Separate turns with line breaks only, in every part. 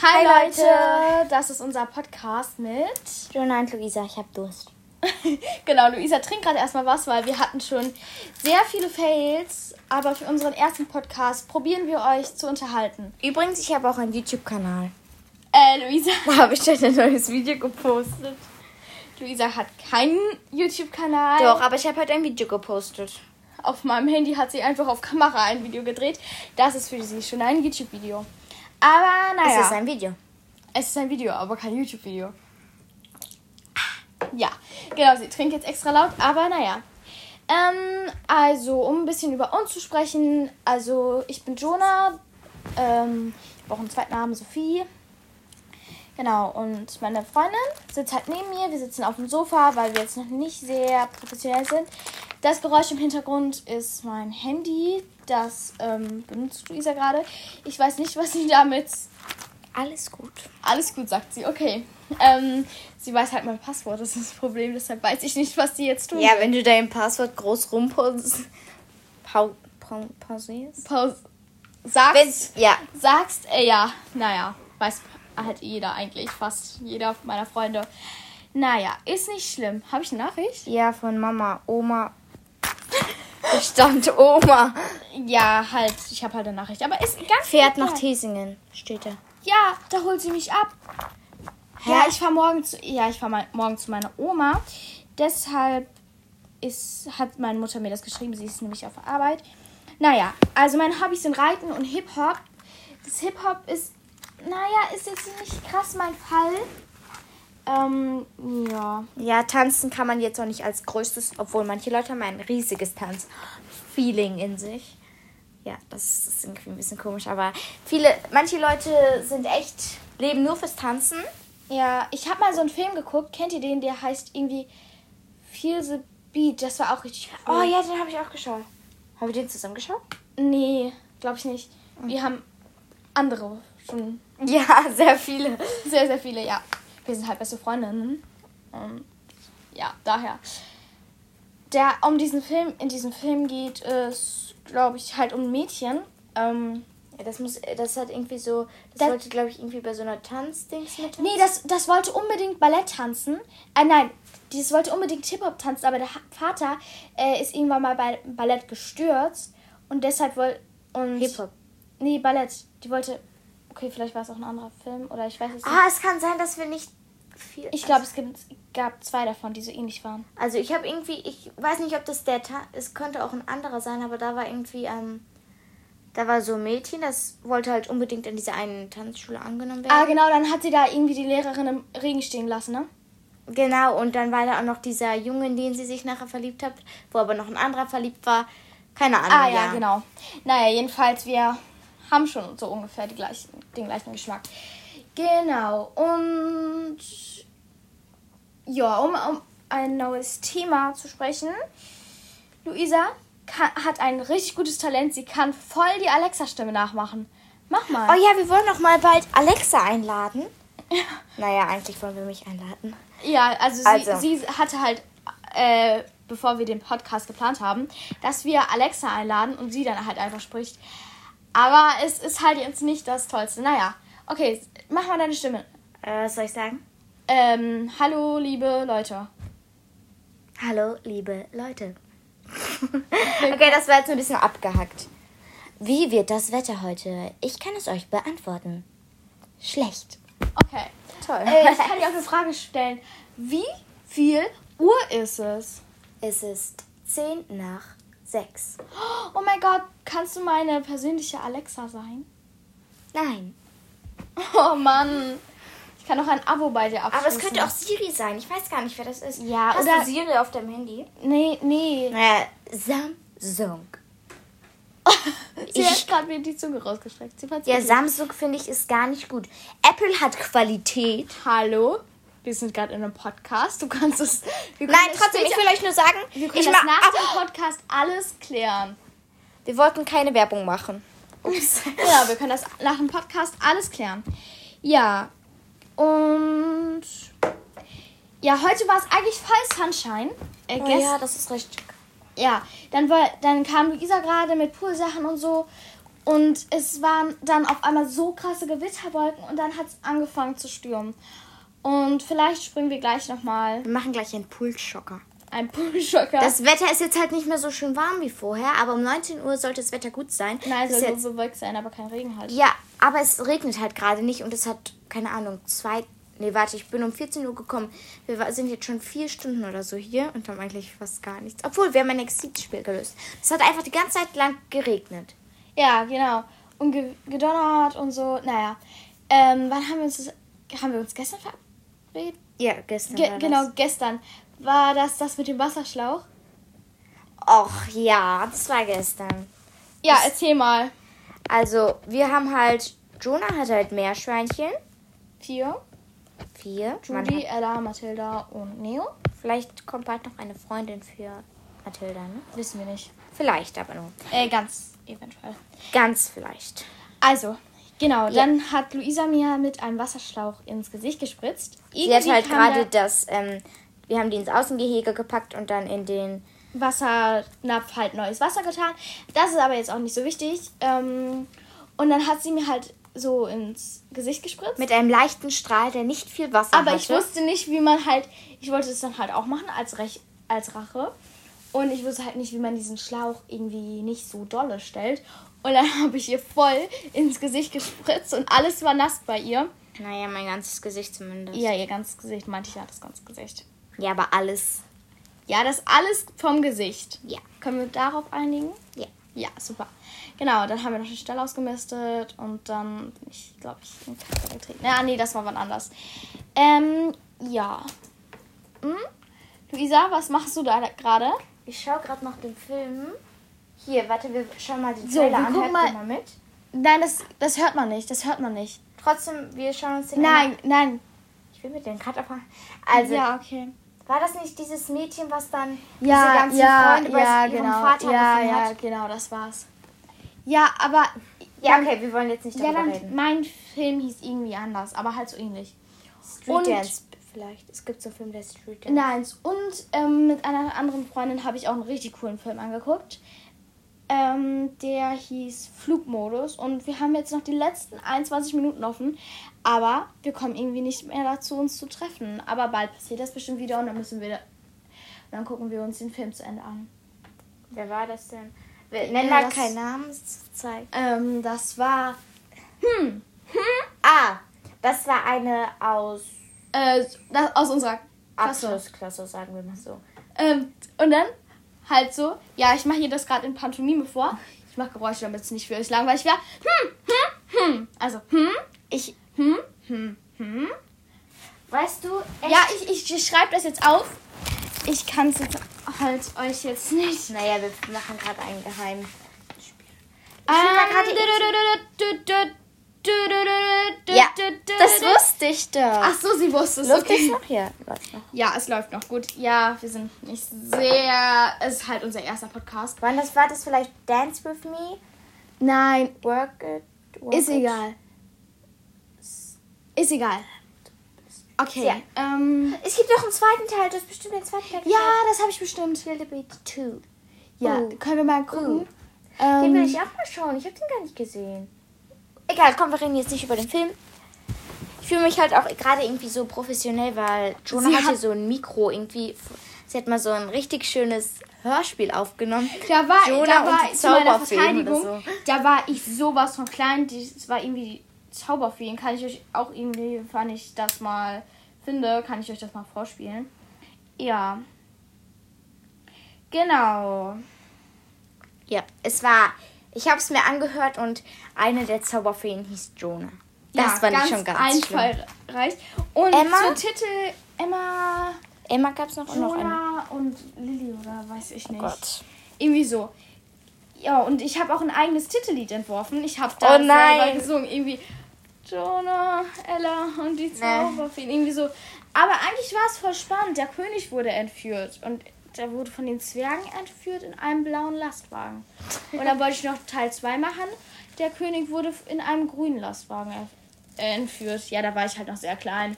Hi,
Hi,
Leute.
Leute. das ist unser Podcast mit.
Jonah und Luisa, ich habe Durst.
Genau, Luisa trinkt gerade erstmal was, weil wir hatten schon sehr viele Fails, aber für unseren ersten Podcast probieren wir euch zu unterhalten.
Übrigens, ich habe auch einen YouTube-Kanal.
Äh, Luisa.
Da habe ich schon ein neues Video gepostet.
Luisa hat keinen YouTube-Kanal.
Doch, aber ich habe heute ein Video gepostet.
Auf meinem Handy hat sie einfach auf Kamera ein Video gedreht. Das ist für sie schon ein YouTube-Video. Aber naja.
Es ist ein Video.
Es ist ein Video, aber kein YouTube-Video. Ja, genau, sie trinkt jetzt extra laut, aber naja. Ähm, also, um ein bisschen über uns zu sprechen, also ich bin Jonah, ähm, ich habe auch einen zweiten Namen, Sophie. Genau, und meine Freundin sitzt halt neben mir. Wir sitzen auf dem Sofa, weil wir jetzt noch nicht sehr professionell sind. Das Geräusch im Hintergrund ist mein Handy. Das ähm, benutzt Luisa gerade. Ich weiß nicht, was sie damit
Alles gut.
alles gut, sagt sie. Okay. Ähm, sie weiß halt mein Passwort, das ist das Problem, deshalb weiß ich nicht, was sie jetzt tun.
Ja, wenn du dein Passwort groß rumposierst. Pau pau pausierst?
Paus sagst,
Wenn- ja.
sagst, äh, ja, naja, weiß halt jeder eigentlich, fast jeder meiner Freunde. Naja, ist nicht schlimm. Habe ich eine Nachricht?
Ja, von Mama, Oma. Ich stand Oma.
Ja, halt, ich habe halt eine Nachricht, aber ist ganz
Fährt
egal.
nach Tesingen, steht da.
Ja, da holt sie mich ab. Ja, ich fahre morgen zu. Ja, ich fahre morgen zu meiner Oma. Deshalb ist, hat meine Mutter mir das geschrieben. Sie ist nämlich auf der Arbeit. Naja, also meine Hobbys sind Reiten und Hip-Hop. Das Hip-Hop ist, naja, ist jetzt nicht krass mein Fall. Ähm, ja.
Ja, tanzen kann man jetzt noch nicht als größtes, obwohl manche Leute haben ein riesiges Tanzfeeling in sich. Ja, das ist irgendwie ein bisschen komisch, aber viele, manche Leute sind echt, leben nur fürs Tanzen.
Ja, ich habe mal so einen Film geguckt. Kennt ihr den? Der heißt irgendwie Feel the Beat. Das war auch richtig oh, cool.
Oh ja, den habe ich auch geschaut. Haben wir den zusammen geschaut?
Nee, glaube ich nicht. Wir haben andere schon
Hm. Ja, sehr viele.
Sehr, sehr viele, ja. Wir sind halt beste Freundinnen. Und ja, daher. Der um diesen Film, in diesem Film geht es, glaube ich, halt um ein Mädchen. Ähm,
Ja, das muss, das hat irgendwie so, das,
Das-
wollte, glaube ich, irgendwie bei so einer Tanzdings mit.
nee, das, das wollte unbedingt Ballett tanzen. Äh, nein, dieses wollte unbedingt Hip-Hop tanzen, aber der Ha- Vater äh, ist irgendwann mal bei Ballett gestürzt. Und deshalb wollte.
Hip-Hop.
Nee, Ballett. Die wollte. Okay, vielleicht war es auch ein anderer Film oder ich weiß es nicht.
Ah, es kann sein, dass wir nicht viel.
Ich glaube, es gibt, gab zwei davon, die so ähnlich waren.
Also ich habe irgendwie, ich weiß nicht, ob das der, Ta es könnte auch ein anderer sein, aber da war irgendwie, ähm, da war so ein Mädchen, das wollte halt unbedingt an dieser einen Tanzschule angenommen
Ah,
werden.
genau, dann hat sie da irgendwie die Lehrerin im Regen stehen lassen, ne?
genau, und dann war da auch noch dieser Junge, in den sie sich nachher verliebt hat, wo aber noch ein anderer verliebt war. Keine Ahnung.
Ah, ja, genau. Naja, jedenfalls, wir haben schon so ungefähr die gleichen, den gleichen Geschmack. Genau, und ja, um, um ein neues Thema zu sprechen. Luisa ka- hat ein richtig gutes Talent. Sie kann voll die Alexa-Stimme nachmachen. Mach mal.
Oh ja, wir wollen doch mal bald Alexa einladen.
Oh
Naja, eigentlich wollen wir mich einladen.
Ja, also sie,
Also.
sie hatte halt, äh, bevor wir den Podcast geplant haben, dass wir Alexa einladen und sie dann halt einfach spricht. Aber es ist halt jetzt nicht das Tollste. Naja, okay, mach mal deine Stimme.
Äh, was soll ich sagen?
Ähm, hallo, liebe Leute.
Hallo, liebe Leute. okay, das war jetzt ein bisschen abgehackt. Wie wird das Wetter heute? Ich kann es euch beantworten. Schlecht.
Okay.
Toll.
Äh, ich kann dir auch eine Frage stellen. Wie viel Uhr ist es?
Es ist 10 nach 6.
Oh mein Gott, kannst du meine persönliche Alexa sein?
Nein.
Oh Mann. Ich kann auch ein Abo bei dir abschließen.
Aber es könnte auch Siri sein. Ich weiß gar nicht, wer das ist.
Ja,
Hast
oder-
du Siri auf deinem Handy?
Nee, nee.
Äh, Samsung.
Sie
Ich-
hat gerade mir die Zunge rausgestreckt. Sie fand's
Ja,
eklig.
Samsung finde ich ist gar nicht gut. Apple hat Qualität.
Hallo, wir sind gerade in einem Podcast. Du kannst es. Wir können
Nein,
das
trotzdem, ich
später-
will euch nur sagen,
Wir können
ich
das
mach,
nach
aber-
dem Podcast alles klären.
wir wollten keine Werbung machen. Ups.
Ja, wir können das nach dem Podcast alles klären. Ja, und. Ja, heute war es eigentlich voll Sunshine. Äh,
Oh
gest-
ja, das ist richtig.
ja, dann, war, dann kam Luisa gerade mit Poolsachen und so. Und es waren dann auf einmal so krasse Gewitterwolken und dann hat es angefangen zu stürmen. Und vielleicht springen wir gleich nochmal
Wir machen gleich einen Pulsschocker.
ein Pulschocker.
Das Wetter ist jetzt halt nicht mehr so schön warm wie vorher, aber um 19 Uhr sollte das Wetter gut sein.
Nein,
ist
soll
jetzt,
jetzt bewölkt sein, aber kein Regen halt.
ja, aber es regnet halt gerade nicht und es hat, keine Ahnung, zwei. Nee, warte, ich bin um 14 Uhr gekommen. Wir wa- sind jetzt schon vier Stunden oder so hier und haben eigentlich fast gar nichts. Obwohl, wir haben ein Exit-Spiel gelöst. Es hat einfach die ganze Zeit lang geregnet.
Ja, genau. Und ge gedonnert und so. Naja. Ähm, wann haben wir uns das, haben wir uns gestern verabredet?
Ja, gestern.
Ge
war
genau,
Das.
gestern. War das das mit dem Wasserschlauch?
Och ja, das war gestern.
Ja, erzähl mal.
Also, wir haben halt. Jonah hat halt Meerschweinchen.
Vier.
Vier. Man
Judy,
Hat,
Ella, Mathilda und Neo?
vielleicht kommt bald noch eine Freundin für Mathilda, ne?
Wissen wir nicht.
Vielleicht, aber nur.
Äh, ganz eventuell.
Ganz vielleicht.
Also, genau, dann hat Luisa mir mit einem Wasserschlauch ins Gesicht gespritzt.
Sie hat halt
kam
gerade
der
das. Ähm, wir haben die ins Außengehege gepackt und dann in den.
Wassernapf halt neues Wasser getan. Das ist aber jetzt auch nicht so wichtig. Ähm, und dann hat sie mir halt so ins Gesicht gespritzt.
Mit einem leichten Strahl, der nicht viel Wasser
aber
hatte.
ich wusste nicht, wie man halt. Ich wollte es dann halt auch machen als, Rech, als Rache. Und ich wusste halt nicht, wie man diesen Schlauch irgendwie nicht so dolle stellt. Und dann habe ich ihr voll ins Gesicht gespritzt und alles war nass bei ihr.
Naja, mein ganzes Gesicht zumindest.
Ja, ihr ganzes Gesicht. Manche hat das ganze Gesicht.
Ja, aber alles.
Ja, das alles vom Gesicht.
Ja.
Können wir darauf einigen?
Ja.
Ja, super. Genau, dann haben wir noch die Stelle ausgemistet und dann bin ich, glaube ich, in den Kaffee getreten. Ja, nee, das war wann anders. Ähm, ja. Hm? Luisa, was machst du da gerade?
Ich schaue gerade noch den Film. Hier, warte, wir schauen mal den
So,
Trailer
wir
an.
gucken
Hört
mal-
ihr mit.
Nein, das, das hört man nicht, das hört man nicht.
Trotzdem, wir schauen uns den an.
Nein, nein.
Ich will mit den Cut abhaken. Also,
ja, okay.
war das nicht dieses Mädchen, was dann diese
Ja,
ganzen
ja,
Freunde
ja,
bei ihrem
genau.
Vater
ja,
gefunden
ja,
hat?
genau, das war's. Ja, aber
Ja, okay, wir wollen jetzt nicht
ja,
darüber
dann,
reden.
mein Film hieß irgendwie anders, aber halt so ähnlich.
Street
und-
Dance vielleicht. Es gibt so einen Film, der ist Street Dance.
Nein, und ähm, mit einer anderen Freundin habe ich auch einen richtig coolen Film angeguckt. Ähm, der hieß Flugmodus und wir haben jetzt noch die letzten 21 Minuten offen, aber wir kommen irgendwie nicht mehr dazu, uns zu treffen. Aber bald passiert das bestimmt wieder und dann müssen wir, dann gucken wir uns den Film zu Ende an.
Wer war das denn? Wir nennen
Ja,
mal
das-
keinen Namen, es zeigt.
Ähm, das war
Ah, das war eine aus
äh, das, aus unserer Klasse.
Abschlussklasse, sagen wir mal so.
Ähm, und dann halt so, ja, ich mache hier das gerade in Pantomime vor. Ich mache Geräusche, damit es nicht für euch langweilig wäre. Hm, hm, hm. Also, hm,
Ich,
hm, hm, hm.
weißt du, echt?
Ja, ich, ich, ich schreibe das jetzt auf. Ich kann es jetzt halt euch jetzt nicht.
Naja, wir machen gerade ein Geheim.
Ähm,
Ja, das wusste ich doch.
Ach so, sie wusste es.
Läuft
Okay.
das noch? Ja, läuft noch.
Ja, es läuft noch gut. Ja, wir sind nicht sehr. Es ist halt unser erster Podcast.
Wann das war das vielleicht Dance with Me?
Nein,
Work it? Work
Ist
it?
egal. Ist egal. Okay.
Ja.
Ähm,
Es gibt doch einen zweiten Teil, du hast bestimmt den zweiten Teil.
ja, das habe ich bestimmt. Oh.
geschaut. Little Bit 2.
Ja,
Uh.
können wir mal gucken.
Uh. Den will
Ähm,
ich auch mal schauen. Ich habe den gar nicht gesehen. Egal, komm, wir reden jetzt nicht über den Film. Ich fühle mich halt auch gerade irgendwie so professionell, weil Jonah
Sie
hatte
hat-
so ein Mikro irgendwie. Sie hat mal so ein richtig schönes Hörspiel aufgenommen.
da war,
Jonah
da
und
war
die
zu meiner
Zauberfeen oder
Verteidigung,
so.
da war ich sowas von klein. Das war irgendwie die Zauberfeen. Kann ich euch auch irgendwie, wann ich das mal finde, kann ich euch das mal vorspielen. Ja. Genau.
Ja, es war. Ich habe es mir angehört und eine der Zauberfeen hieß Jonah. Das fand ich schon ganz schlimm.
einfallreich. Und
Emma?
zum Titel Emma,
Emma gab es noch und noch eine. Oh
Jonah und Lilly oder weiß ich nicht.
Gott.
Irgendwie so. Ja, und ich habe auch ein eigenes Titellied entworfen. Ich habe da
Oh nein.
selber gesungen. Irgendwie Jonah, Ella und die Zauberfeen. Irgendwie so. Aber eigentlich war es voll spannend. Der König wurde entführt. Und der wurde von den Zwergen entführt in einem blauen Lastwagen. Und dann wollte ich noch Teil 2 machen. Der König wurde in einem grünen Lastwagen er- äh, entführt. Ja, da war ich halt noch sehr klein.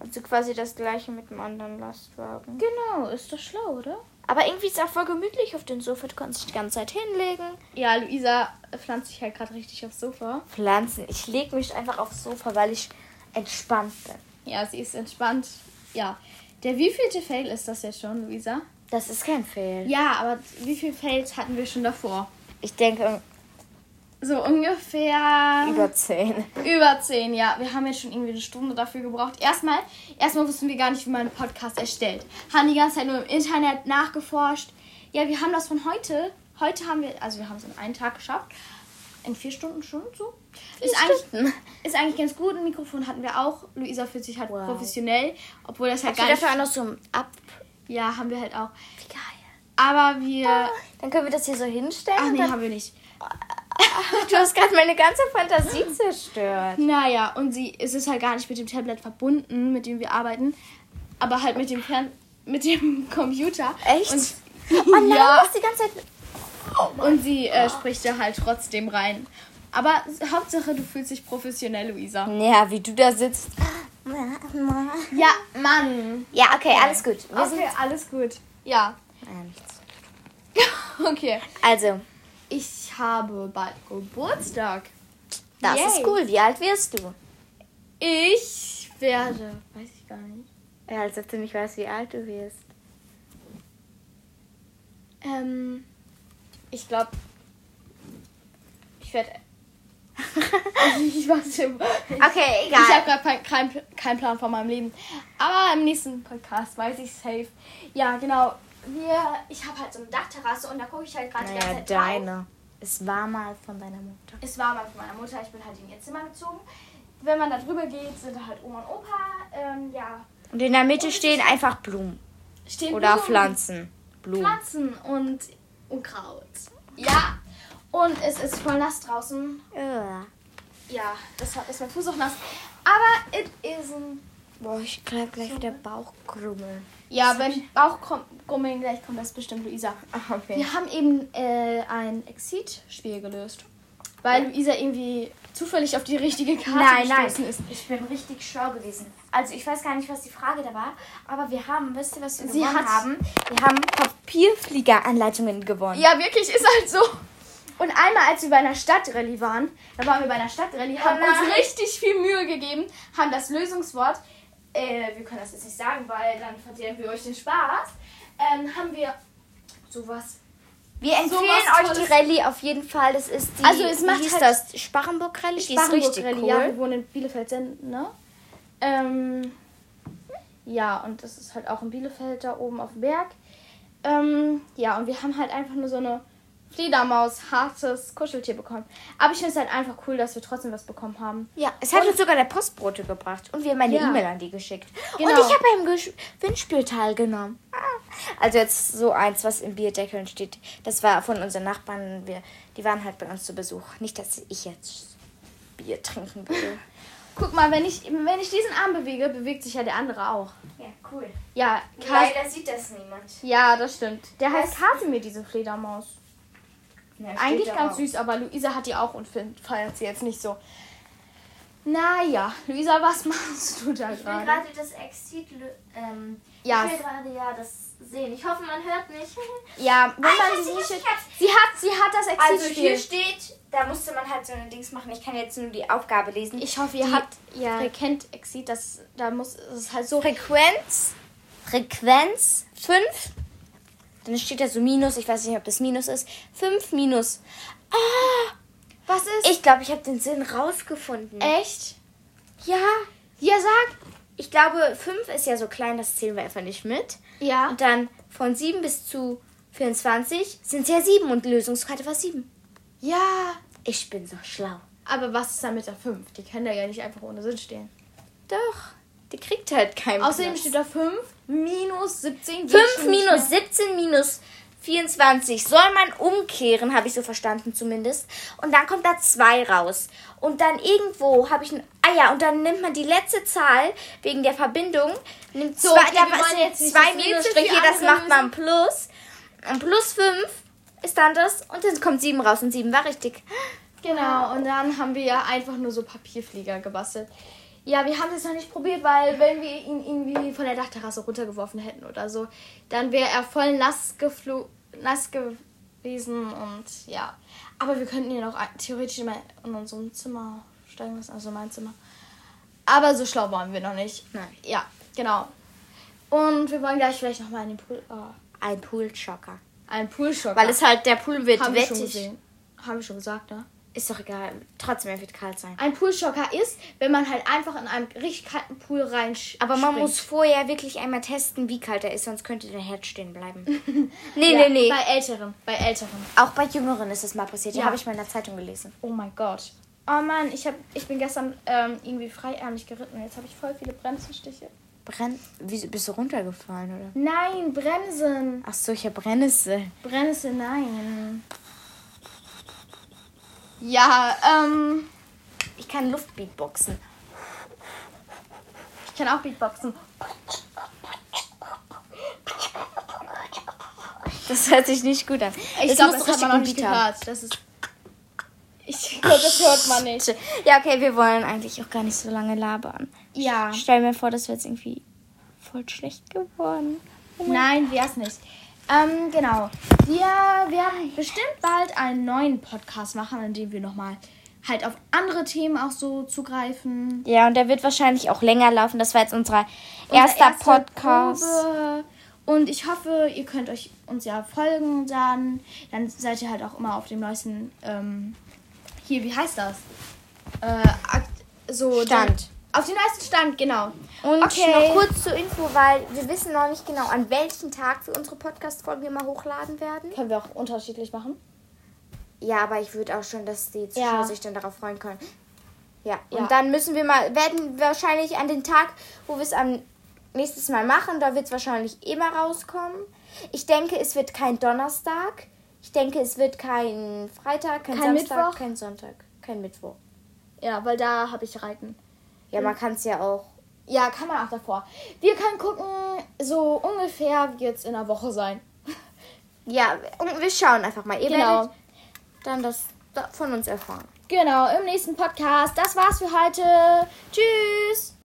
Also quasi das gleiche mit dem anderen Lastwagen.
Genau, ist doch schlau, oder?
Aber irgendwie ist es auch voll gemütlich auf dem Sofa. Du kannst dich die ganze Zeit hinlegen.
Ja, Luisa pflanzt sich halt gerade richtig aufs Sofa.
Pflanzen. Ich lege mich einfach aufs Sofa, weil ich entspannt bin.
Ja, sie ist entspannt. Ja. Der wievielte Fail ist das jetzt schon, Luisa?
Das ist kein Fail.
Ja, aber wie viele Fails hatten wir schon davor?
Ich denke
So ungefähr
über 10.
über zehn, ja. Wir haben jetzt schon irgendwie eine Stunde dafür gebraucht. Erstmal, erstmal wussten wir gar nicht, wie man einen Podcast erstellt. Haben die ganze Zeit nur im Internet nachgeforscht. Ja, wir haben das von heute. Heute haben wir, also wir haben es in einem Tag geschafft. In vier Stunden schon so. Ist eigentlich, ist eigentlich ganz gut. Ein Mikrofon hatten wir auch. Luisa fühlt sich halt
Wow.
professionell, obwohl das halt
Ich
gar nicht.
dafür auch noch so ein Ab.
Ja, haben wir halt auch.
Wie geil.
Aber wir.
Dann können wir das hier so hinstellen.
Ach
und
nee,
dann-
haben wir nicht.
du hast gerade meine ganze Fantasie zerstört.
Naja, und sie es ist halt gar nicht mit dem Tablet verbunden, mit dem wir arbeiten, aber halt mit dem Fern mit dem Computer.
Echt?
Und,
Oh nein,
ja,
du hast die ganze Zeit.
und sie äh, spricht da halt trotzdem rein. Aber Hauptsache, du fühlst dich professionell, Luisa.
Ja, wie du da sitzt.
Ja, Mann.
Ja, okay, alles gut. Wir
Okay, alles gut. Also Ja.
sind. Ja, nichts.
Okay.
Also,
Ich habe bald Geburtstag.
das
Yay.
ist cool. Wie alt wirst du?
Ich werde, weiß ich gar nicht.
Ja, als ob du nicht weißt, wie alt du wirst.
Ähm, ich glaube, ich werde. ich weiß nicht.
Okay, egal.
Ich habe gerade keinen kein Plan von meinem Leben. Aber im nächsten Podcast weiß ich safe. Ja, genau. Wir, ich habe halt so eine Dachterrasse und da gucke ich halt gerade die ganze
naja,
Zeit drauf.
deine. Es war mal von deiner Mutter.
Es war mal von meiner Mutter. Ich bin halt in ihr Zimmer gezogen. Wenn man da drüber geht, sind da halt Oma und Opa. Ähm, ja,
Und in der Mitte stehen einfach Blumen.
stehen
Oder
Blumen.
Pflanzen. Blumen.
Pflanzen und Unkraut. Ja. Und es ist voll nass draußen.
Ja.
Ja, deshalb ist mein Fuß auch nass. Aber it isn't.
Boah, ich kann gleich wieder Bauch krummeln.
Ja, wenn Bauchgrummeln gleich kommt, das bestimmt Luisa.
Ah, Okay.
Wir haben eben äh, ein Exit-Spiel gelöst. Weil Luisa irgendwie zufällig auf die richtige Karte
Nein, nein.
gestoßen ist.
Ich bin richtig schlau gewesen. Also ich weiß gar nicht, was die Frage da war, aber wir haben, wisst ihr, was wir
Sie
gewonnen
hat-
haben? Wir haben Papierfliegeranleitungen gewonnen.
Ja, wirklich, ist halt so. Und einmal, als wir bei einer Stadtrallye waren, da waren wir bei einer Stadtrallye, haben uns
nein.
richtig viel Mühe gegeben, haben das Lösungswort, äh, wir können das jetzt nicht sagen, weil dann verlieren wir euch den Spaß, ähm, haben wir sowas
Wir empfehlen
was
euch
Tolles.
die Rallye auf jeden Fall. Das ist die,
Also, es
wie
macht
hieß
halt-
das? Sparrenburg Rallye? Die ist
Sparrenburg
richtig
Rallye,
cool.
Ja, wir wohnen in Bielefeld, ne? Ähm, ja, und das ist halt auch in Bielefeld da oben auf dem Berg. Ähm, ja, und wir haben halt einfach nur so eine Fledermaus, hartes Kuscheltier bekommen. Aber ich finde es halt einfach cool, dass wir trotzdem was bekommen haben.
Ja, es hat uns sogar der Postbote gebracht und wir haben eine
Ja.
E-Mail an die geschickt. Und
Genau.
ich habe beim Gesch- Gewinnspiel teilgenommen. Ah. Also jetzt so eins, was im Bierdeckeln steht. Das war von unseren Nachbarn. Wir, die waren halt bei uns zu Besuch. Nicht, dass ich jetzt Bier trinken würde.
Guck mal, wenn ich, wenn ich diesen Arm bewege, bewegt sich ja der andere auch.
ja, cool.
Ja, Kas
sieht das niemand.
ja das stimmt. Der heißt Kasimir, diese Fledermaus. Eigentlich ganz süß, aber Luisa hat die auch und find- feiert sie jetzt nicht so. Naja, Luisa, was machst du da
Ich will
gerade?
gerade das Exit. Ähm,
Ja.
Ich will gerade ja das sehen. Ich hoffe, man hört nicht.
Ja,
Ah,
wenn man
Alter,
sie
sie
nicht.
hat-
Sie hat, sie hat das
Also
Exit-Spiel.
hier steht, da musste man halt so eine Dings machen. Ich kann jetzt nur die Aufgabe lesen.
ich hoffe, ihr
Die-
habt,
ja.
ihr kennt Exit, das, da muss, es ist halt so.
Frequenz. Frequenz 5. Dann steht da so Minus. Ich weiß nicht, ob das Minus ist. 5 Minus.
Was ist?
Ich glaube, ich habe den Sinn rausgefunden.
echt?
ja.
Ja, sag.
Ich glaube, 5 ist ja so klein, das zählen wir einfach nicht mit.
Ja.
Und dann von 7 bis zu 24 sind es ja 7 und Lösungskarte war 7.
Ja.
Ich bin so schlau.
Aber was ist da mit der 5? Die kann da ja nicht einfach ohne Sinn stehen.
Doch. Die kriegt halt keinen
Außerdem steht da 5 minus 17. geht
5
schon nicht
minus 17 minus 24 soll man umkehren, habe ich so verstanden zumindest. Und dann kommt da 2 raus. Und dann irgendwo habe ich ein. Ah ja, und dann nimmt man die letzte Zahl wegen der Verbindung. Nimmt
So,
zwei,
okay,
da
wir
war
wollen jetzt
es
nicht
zwei
das
minus
nächste
Strich
für
hier, das
andere
macht man plus. Und plus 5 ist dann das. Und dann kommt 7 raus. Und 7 war richtig.
Genau, und dann haben wir ja einfach nur so Papierflieger gebastelt. Ja, wir haben es noch nicht probiert, weil wenn wir ihn irgendwie von der Dachterrasse runtergeworfen hätten oder so, dann wäre er voll nass, geflu nass gewesen und ja. Aber wir könnten ihn auch ein- theoretisch immer in unserem Zimmer steigen lassen, also mein Zimmer. Aber so schlau waren wir noch nicht.
Nein.
Ja, genau. Und wir wollen gleich vielleicht nochmal in den Pool. Oh,
Ein Poolschocker.
einen Poolschock.
Weil es halt, der Pool wird
haben wir schon
wettig.
gesehen. Haben wir schon gesagt, ne?
Ist doch egal. Trotzdem, er wird kalt sein.
Ein Poolschocker ist, wenn man halt einfach in einen richtig kalten Pool reinsch.
Aber man
springt.
muss vorher wirklich einmal testen, wie kalt er ist, sonst könnte der Herd stehen bleiben. nee,
ja,
nee, nee.
Bei Älteren, bei Älteren.
Auch bei Jüngeren ist das mal passiert. Ja.
Ja.
habe ich mal in der Zeitung gelesen.
Oh mein Gott. Oh Mann, ich, hab, ich bin gestern ähm, irgendwie freiärmlich geritten. Jetzt habe ich voll viele Bremsenstiche.
Brenn. Wie, bist du runtergefallen, oder?
Nein, Bremsen.
Ach so, ich habe Brennnessel.
Bremsen, nein. Ja, ähm,
Ich kann Luftbeatboxen.
ich kann auch Beatboxen.
Das hört sich nicht gut an.
Ich
Das
glaube, das
muss doch
hat man noch
einen
nicht
Beat haben.
gehört. Das ist. Ich glaube, das hört man nicht.
Ja, okay, wir wollen eigentlich auch gar nicht so lange labern.
Ja.
Stell mir vor, das wäre jetzt irgendwie voll schlecht geworden.
Nein, wär's nicht. Ähm, genau. Wir werden bestimmt bald einen neuen Podcast machen, in dem wir nochmal halt auf andere Themen auch so zugreifen.
Ja, und der wird wahrscheinlich auch länger laufen. Das war jetzt unser,
Unser
erster
erster
Podcast.
Probe. Und ich hoffe, ihr könnt euch uns ja folgen dann. Dann seid ihr halt auch immer auf dem neuesten, ähm, hier, wie heißt das? Äh, Akt, so.
Stand.
Dann, auf den neuesten Stand, genau.
Und
Okay.
noch kurz zur Info, weil wir wissen noch nicht genau, an welchen Tag wir unsere Podcast-Folgen immer hochladen werden.
Können wir auch unterschiedlich machen.
Ja, aber ich würde auch schon, dass die Zuschauer
Ja.
sich dann darauf freuen können. Ja, und
Ja.
dann müssen wir mal, werden wahrscheinlich an den Tag, wo wir es am nächstes Mal machen, da wird es wahrscheinlich immer rauskommen. Ich denke, es wird kein Donnerstag. Ich denke, es wird kein Freitag, kein,
Kein
Samstag,
Mittwoch?
kein Sonntag, kein Mittwoch.
Ja, weil da habe ich Reiten.
Ja,
Hm.
man kann es ja auch.
Ja, kann man auch davor. Wir können gucken, so ungefähr wird es in einer Woche sein.
Ja, und wir schauen einfach mal. Ihr
Genau.
werdet dann das da- von uns erfahren.
Genau, im nächsten Podcast. Das war's für heute. Tschüss.